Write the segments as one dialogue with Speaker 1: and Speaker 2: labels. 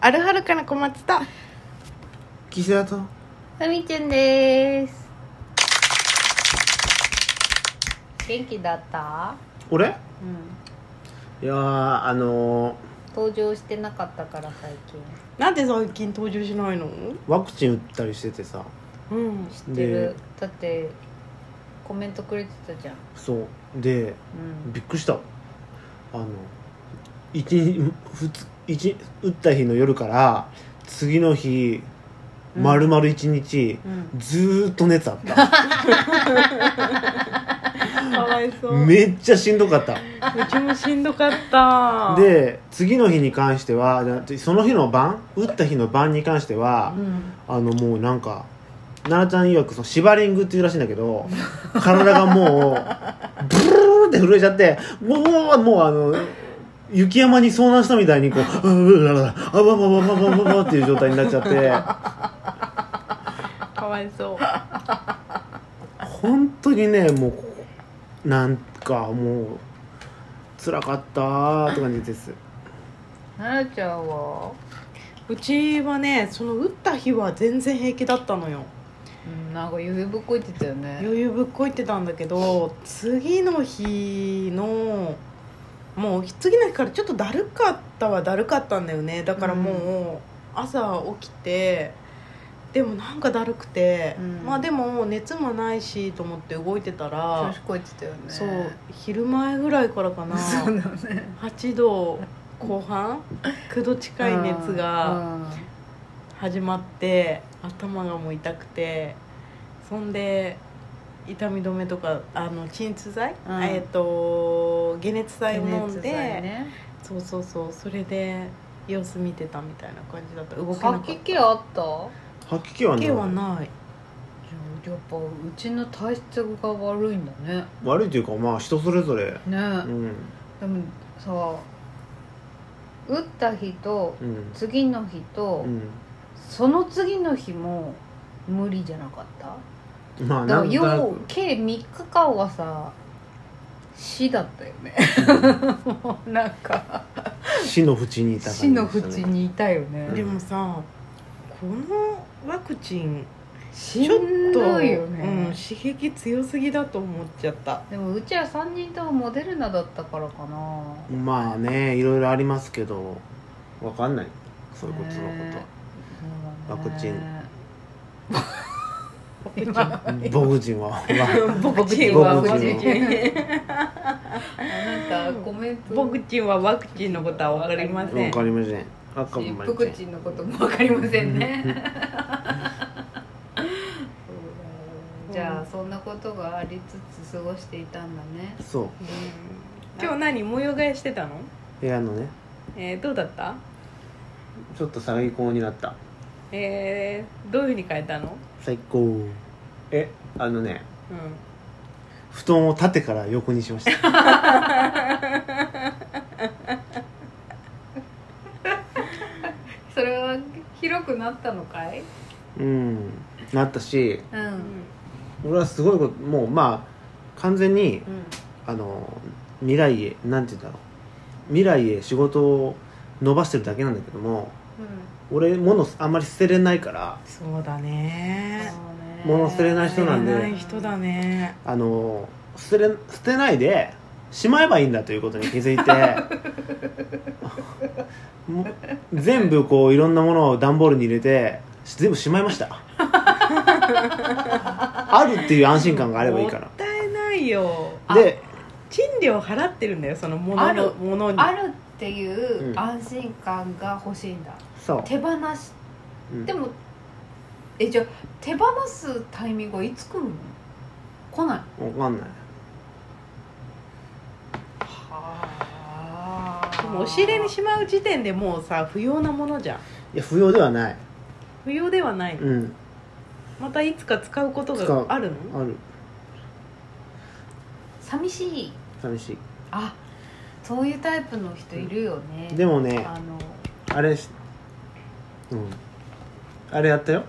Speaker 1: あるはるかな小松と
Speaker 2: 岸田と
Speaker 3: ふみちゅんです元気だった
Speaker 2: 俺
Speaker 3: うん
Speaker 2: いやーあのー
Speaker 3: 登場してなかったから最
Speaker 1: なんで最近登場しないの
Speaker 2: ワクチン打ったりしててさ
Speaker 1: うん
Speaker 3: 近知ってる
Speaker 2: で
Speaker 3: だってコメントくれてたじゃん
Speaker 2: そうで
Speaker 3: うん
Speaker 2: びっくりしたあの一日ふつ一打った日の夜から次の日
Speaker 3: うん
Speaker 2: 丸々一日、
Speaker 3: うん
Speaker 2: ずーっと熱あ った
Speaker 1: かわいそう
Speaker 2: めっちゃしんどかった
Speaker 1: うちもしんどかった
Speaker 2: で次の日に関してはだってその日の晩打った日の晩に関しては、
Speaker 3: うん
Speaker 2: あのもうなんか奈々ちゃん曰くそのシバリングっていうらしいんだけど体がもうブルルルって震えちゃってもうもうあの雪山に遭難したみたいにこう「ううらららあわわわわわわわ」っていう状態になっちゃって
Speaker 1: かわいそう
Speaker 2: 本当にねもうなんかもう辛かったーって感じです
Speaker 3: 奈々ちゃんは、
Speaker 1: うちはねその打った日は全然平気だったのよ
Speaker 3: うん、なんか余裕ぶっこいてたよね
Speaker 1: 余裕ぶっこいてたんだけど次の日のもう次の日からちょっとだるかったはだるかったんだよねだからもう朝起きてでもなんかだるくて、
Speaker 3: うん
Speaker 1: まあでも熱もないしと思って動いてた
Speaker 3: 調
Speaker 1: ら
Speaker 3: 子、こいてたよね
Speaker 1: そう昼前ぐらいからかな
Speaker 3: そうだね
Speaker 1: 8度後 半9度近い熱が。
Speaker 3: うん
Speaker 1: 始まって頭がもう痛くてそんで痛み止めとかあの鎮痛剤、
Speaker 3: うん
Speaker 1: えっ、と解熱剤を飲ん
Speaker 3: 解熱
Speaker 1: で、
Speaker 3: 剤ね
Speaker 1: そうそうそうそれで様子見てたみたいな感じだった動けなかっ
Speaker 3: 吐
Speaker 1: た
Speaker 3: き気あった
Speaker 2: 吐き気は
Speaker 1: 吐
Speaker 2: ね
Speaker 1: きはない
Speaker 3: やっぱうちの体質が悪いんだね
Speaker 2: 悪いというかまあ人それぞれ
Speaker 3: ね、
Speaker 2: うん
Speaker 3: でもさ打った日と
Speaker 2: うん
Speaker 3: 次の日と、
Speaker 2: う
Speaker 3: その次の日も無理じゃなかった
Speaker 2: んまあな
Speaker 3: だから
Speaker 2: んとな
Speaker 3: よう
Speaker 2: く
Speaker 3: 計3日間はさ死だったよね もう なんか
Speaker 2: 死の淵にいた感じ
Speaker 3: 死の淵にいたよ
Speaker 2: うん
Speaker 1: で
Speaker 3: ね
Speaker 1: もさこのワクチン
Speaker 3: しんどいよ
Speaker 1: う
Speaker 3: ね
Speaker 1: ん、刺激強すぎだと思っちゃった
Speaker 3: でもうちは3人ともモデルナだったからかな
Speaker 2: まあねいろいろありますけどわかんないそういうことそのこ
Speaker 3: そうだね
Speaker 2: ワクチン
Speaker 3: 今
Speaker 2: とボグ人は
Speaker 1: ボクチンは
Speaker 3: ワ
Speaker 2: ボ
Speaker 3: ク
Speaker 2: ク
Speaker 3: チ
Speaker 2: チ
Speaker 3: ン
Speaker 2: ン
Speaker 3: なんかコメント
Speaker 1: ボクチンはワクチンのことは分かりませ
Speaker 2: わ
Speaker 1: ん
Speaker 2: かりませんわかりませ
Speaker 3: 一ク
Speaker 2: ん
Speaker 3: チンのこともわかりませんね
Speaker 2: うん
Speaker 1: うん
Speaker 3: じゃあそんなことがありつつ過ごしていたんだね
Speaker 2: そう
Speaker 1: 今日何模様替えしてたの
Speaker 2: 部屋のね
Speaker 1: えー、どうだった
Speaker 2: ちょっと最高になった
Speaker 1: えー、どういうふうに変えたの
Speaker 2: 最高えあのね
Speaker 1: うん
Speaker 2: 布団を縦から横にしました
Speaker 3: それは広くなったのかい
Speaker 2: うんなったし
Speaker 3: うんうん
Speaker 2: 俺はすごいこともうまあ完全にあの未来へなんて言うんだろう未来へ仕事を伸ばしてるだけなんだけども俺物あんまり捨てれないから
Speaker 1: そうだ
Speaker 3: そうね
Speaker 1: ね
Speaker 2: 物捨てれない
Speaker 1: 捨
Speaker 2: 人
Speaker 1: て
Speaker 2: な
Speaker 1: れ
Speaker 2: んで
Speaker 1: ない人だね
Speaker 2: あの捨てれ捨てないでしまえばいいんだということに気づいて も全部こういろんなものを段ボールに入れて全部しまいました あるっていう安心感があればいいか
Speaker 1: も
Speaker 2: ら
Speaker 1: ったいないよ
Speaker 3: あ
Speaker 2: で
Speaker 1: 賃料払ってるんだよそのもの
Speaker 3: あ
Speaker 1: の
Speaker 3: る
Speaker 1: ものに
Speaker 3: あるっていううん安心感が欲しいんだ
Speaker 2: そう、
Speaker 3: 手放し
Speaker 2: うん
Speaker 3: でもえじゃあ手放すタイミングはいつ来るの来な
Speaker 2: わ
Speaker 3: い
Speaker 2: かんない
Speaker 3: は
Speaker 1: でも押し入れにしまう時点でもうさ不要なものじゃん
Speaker 2: いや不要ではない
Speaker 1: 不要ではない、
Speaker 2: うん
Speaker 1: またいつか使うこと
Speaker 2: 使
Speaker 1: が
Speaker 2: う
Speaker 1: あるの
Speaker 2: ある
Speaker 3: 寂しい
Speaker 2: 寂し
Speaker 3: あそういうタイプの人いるよね
Speaker 2: いでもね
Speaker 3: あの
Speaker 2: あれしうんあれやったよ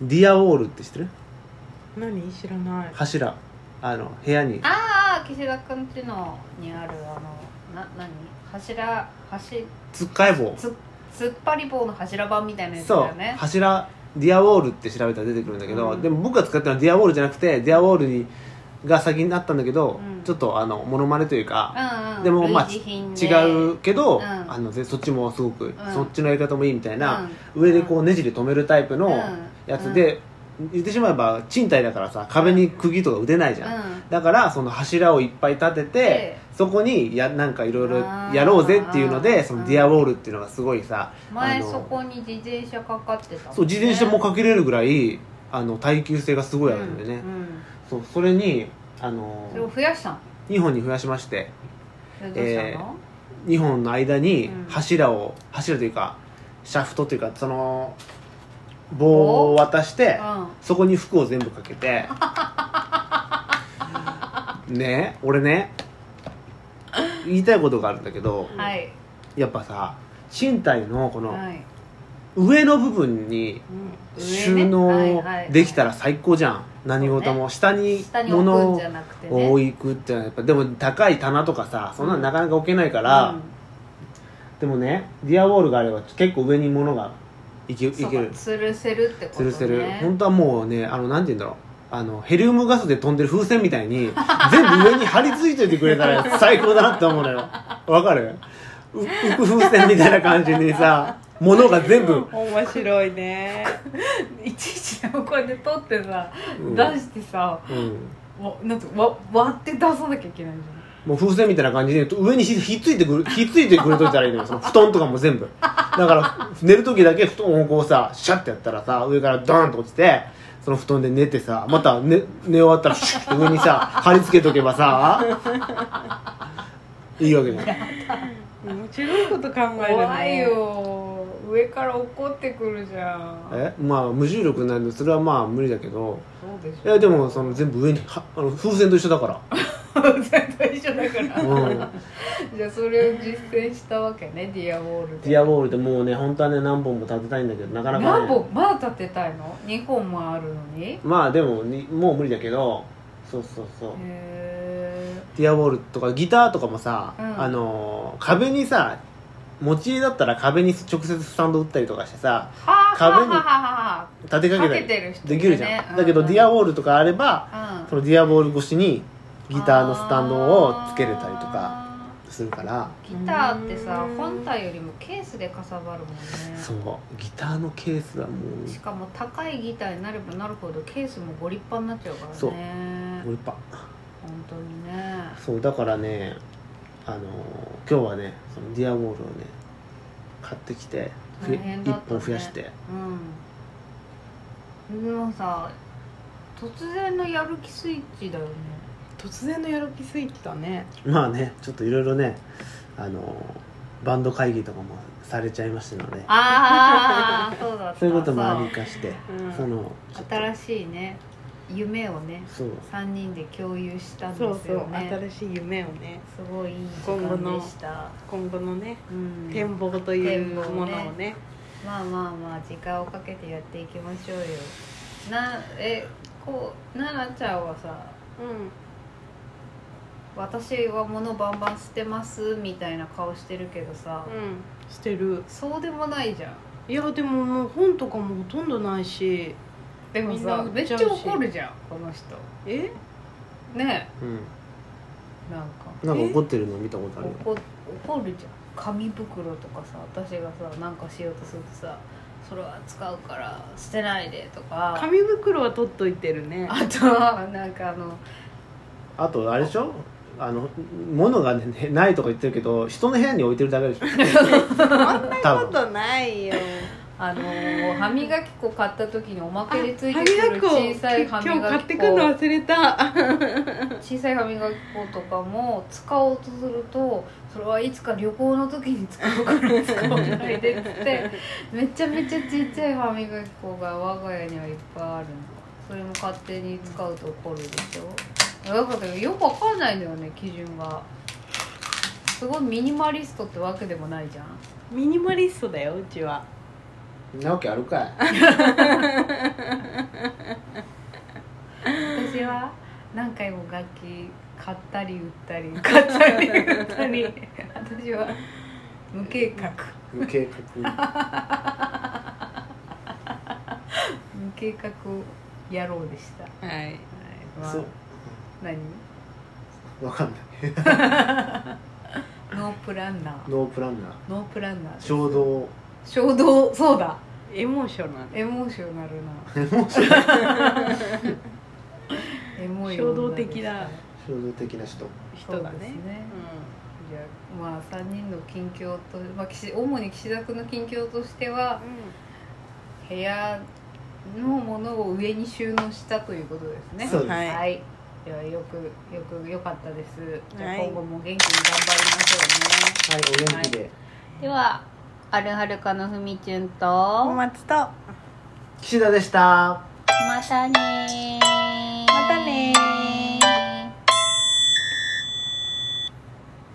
Speaker 2: ディアウォールって知ってる
Speaker 1: 何何知らない
Speaker 2: 柱あの部屋に
Speaker 3: ああ岸田君ちのにあるあのな何柱柱
Speaker 2: つっかえ棒
Speaker 3: つ突っ張り棒の柱版みたいなやつだ
Speaker 2: そ
Speaker 3: よ
Speaker 2: う
Speaker 3: ね
Speaker 2: 柱ディアウォールって調べたら出てくるんだけど、
Speaker 3: うん
Speaker 2: でも僕が使ったのはディアウォールじゃなくてディアウォールにが先になったんだけど、
Speaker 3: うん
Speaker 2: ちょっとあのモノマネというか、
Speaker 3: うんうん
Speaker 2: でもまあ
Speaker 3: 類似品で
Speaker 2: 違うけど、
Speaker 3: うん
Speaker 2: あのぜそっちもすごく、そっちのやり方もいいみたいな、
Speaker 3: うん
Speaker 2: 上でこうねじで止めるタイプの
Speaker 3: うん
Speaker 2: やつで、言ってしまえば賃貸だからさ壁に釘とか打てないじ
Speaker 3: う
Speaker 2: ゃん、
Speaker 3: ん
Speaker 2: だからその柱をいっぱい立てて、
Speaker 3: ええ
Speaker 2: そこにやなんかいろいろやろうぜっていうの
Speaker 3: あー
Speaker 2: でそのディアウォールっていうのがすごいさ、あ
Speaker 3: 前
Speaker 2: の
Speaker 3: そこに自転車かかってたもんね
Speaker 2: そう自転車もかけれるぐらいあの耐久性がすごいあるんでね、
Speaker 3: うん
Speaker 2: そうそれにあ
Speaker 3: う
Speaker 2: の
Speaker 3: んそれを増やしたの
Speaker 2: 2本に増やしまして
Speaker 3: それどうしたの
Speaker 2: 2本の間に
Speaker 3: うん
Speaker 2: 柱を、柱というかシャフトというかその棒を渡して
Speaker 3: うん
Speaker 2: そこに服を全部かけ てね俺ね言いたいことがあるんだけど
Speaker 3: はい
Speaker 2: やっぱさ賃貸のこの
Speaker 3: はい
Speaker 2: 上の部分に
Speaker 3: うん
Speaker 2: 収
Speaker 3: 上ね
Speaker 2: 納
Speaker 3: はいはい
Speaker 2: できたら最高じゃん何事も下に
Speaker 3: 下に置
Speaker 2: 物
Speaker 3: くん
Speaker 2: を
Speaker 3: じゃなくてね
Speaker 2: 置いくってのはやっぱでも高い棚とかさそんなのなかなか置けないから、でもねディアウォールがあれば結構上に物がいけい
Speaker 3: うんそう
Speaker 2: ける
Speaker 3: か吊るせるってこと
Speaker 2: 吊
Speaker 3: ね
Speaker 2: るせる、本当はもうねあのなんて言うんだろうあのヘリウムガスで飛んでる風船みたいに 全部上に張り付いててくれたら最高だなって思うのよわかるう浮く風船みたいな感じにさ物が全部、
Speaker 1: 面白いね
Speaker 3: いちいちでもこうやって取ってさ
Speaker 2: うん
Speaker 3: 出してさ
Speaker 2: うん
Speaker 3: わなんてわ割って出さなきゃいけないじ
Speaker 2: もう風船みたいな感じで上にひひっついてくるひっついてくれといたらいいのよその布団とかも全部だから寝る時だけ布団をこうさシャッてやったらさ上からドーンと落ちてその布団で寝てさまた寝寝終わったらシュッて上にさ貼り付けとけばさいいわけじゃん
Speaker 1: 面白いこと考
Speaker 3: ゃん
Speaker 1: えるね
Speaker 3: 怖いよ上から怒ってくるじゃん
Speaker 2: えまあ無重力になるのそれはまあ無理だけど
Speaker 3: そうでし
Speaker 2: い
Speaker 3: ょ
Speaker 2: やでもその全部上にはあの風船と一緒だか
Speaker 3: 全部一緒だから
Speaker 2: ら、うん
Speaker 3: じゃあそれを実践したわけねディアウォールで
Speaker 2: ディアウォールでもうね本当はね何本も立てたいんだけどなかなか、ね、
Speaker 3: 何本まだ立てたいの2本もあるのにへ
Speaker 2: まあでもにもう無理だけどそうそうそう
Speaker 3: え
Speaker 2: ディアウォールとかギターとかもさ、
Speaker 3: うん
Speaker 2: あのー壁にさ持ち家だったら壁に直接スタンド打ったりとかしてさ
Speaker 3: はあはあ
Speaker 2: 壁に
Speaker 3: はあは
Speaker 2: 立てかけたり
Speaker 3: かけてる人いるね
Speaker 2: できるじゃん、
Speaker 3: うんうん
Speaker 2: だけどディアウォールとかあれば
Speaker 3: あ
Speaker 2: そ
Speaker 3: うん
Speaker 2: のディアウォール越しにギターのスタンドをつけれたりとか
Speaker 3: あ
Speaker 2: するから
Speaker 3: ーギターってさ本体よりもケースでかさばるもんね
Speaker 2: そうギターのケースはもう
Speaker 3: しかも高いギターになればなるほどケースもご立派になっちゃうからね
Speaker 2: そう
Speaker 3: 本
Speaker 2: 俺パ
Speaker 3: 当にね
Speaker 2: そうだからねあのー今日はねそのディアウォールをね買ってきて、ふ
Speaker 3: 大変だ
Speaker 2: 1
Speaker 3: ったね
Speaker 2: 本増やして
Speaker 3: うんでもさ突然のやる気スイッチだよね
Speaker 1: 突然のやる気スイッチだね
Speaker 2: まあねちょっといろいろねあのバンド会議とかもされちゃいましたので
Speaker 3: ああそうだった
Speaker 2: そういうこともありかして
Speaker 1: うん
Speaker 2: そのちょ
Speaker 3: そ
Speaker 2: っ
Speaker 3: う
Speaker 2: と
Speaker 3: 新しいね夢をね
Speaker 2: そう
Speaker 3: 3人で共有したんです
Speaker 1: そ
Speaker 3: よ
Speaker 1: う
Speaker 3: ね
Speaker 1: そう新しい夢をね
Speaker 3: すごいいい時間でした、
Speaker 1: 今後のね
Speaker 3: うん、
Speaker 1: 展望という
Speaker 3: 展望ね
Speaker 1: ものをね
Speaker 3: まあまあまあ時間をかけてやっていきましょうよなえこう奈々ちゃんはさ私は物バンバン捨てますみたいな顔してるけどさ、
Speaker 1: うんうんしてる
Speaker 3: そうでもないじゃん
Speaker 1: いやでももう本とかもほとんどないし
Speaker 3: でも
Speaker 1: みんな
Speaker 3: さ
Speaker 1: 売
Speaker 3: め
Speaker 1: っ
Speaker 3: っ
Speaker 1: ち
Speaker 3: ち
Speaker 1: ゃう
Speaker 3: ゃ
Speaker 1: し
Speaker 3: 怒るじゃんこの人
Speaker 1: え
Speaker 3: ね
Speaker 2: うん
Speaker 3: えなんか
Speaker 2: なんか怒ってるの見たことあるよ
Speaker 3: 怒怒るじゃん紙袋とかさ私がさなんかしようとするとさそれは使うから捨てないでとか
Speaker 1: 紙袋は取っといてるね
Speaker 3: あとはなんかあの
Speaker 2: あとあれでしょあの物がねないとか言ってるけど人の部屋に置いてるだけでしょ多
Speaker 1: そんなこ
Speaker 2: 分
Speaker 1: とないよ
Speaker 3: あのー歯磨き粉買った時におま
Speaker 1: あ歯
Speaker 3: けで
Speaker 1: 磨
Speaker 3: ついてくる
Speaker 1: き粉
Speaker 3: 小さい歯
Speaker 1: 今日買
Speaker 3: 磨
Speaker 1: っ
Speaker 3: き
Speaker 1: てく
Speaker 3: 粉
Speaker 1: るの忘れた
Speaker 3: 小さい歯磨き粉とかも使おうとするとそれはいつか旅行の時に使うから使わないでっつってめちゃめちゃちっちゃい歯磨き粉が我が家にはいっぱいあるのそれも勝手に使うと怒るでしょだからよくわかんないんだよね基準がすごいミニマリストってわけでもないじゃん
Speaker 1: ミニマリストだようちは
Speaker 2: なわけあるかい
Speaker 3: 私は何回も楽器買ったり売ったり買ったり売ったり私は無計画
Speaker 2: 無計画
Speaker 3: 無計画野郎でした、はい
Speaker 1: はい
Speaker 3: まあ
Speaker 2: そう
Speaker 3: 何
Speaker 2: わかんない
Speaker 3: ノープランナー
Speaker 2: ノープランナー
Speaker 3: ノープランナー
Speaker 2: 衝動
Speaker 3: 衝動そうだ
Speaker 1: エモーショナル
Speaker 3: エモーショナルなエモい
Speaker 1: 衝動的な
Speaker 2: 衝動的な人
Speaker 1: 人だ
Speaker 3: そうです
Speaker 1: ね
Speaker 3: ねじゃあまあ3人の近況と、まあ、岸主に岸田君の近況としては部屋のものを上に収納したということですね
Speaker 2: そうです
Speaker 1: は
Speaker 3: はいい、ではよくよくよかったですじゃあ
Speaker 1: はい
Speaker 3: 今後も元気に頑張りましょう
Speaker 2: はいお元気で、
Speaker 3: ね、ではあるはるかのふみちゅんと
Speaker 1: うん、お待ちと
Speaker 2: 岸田でした
Speaker 3: またねー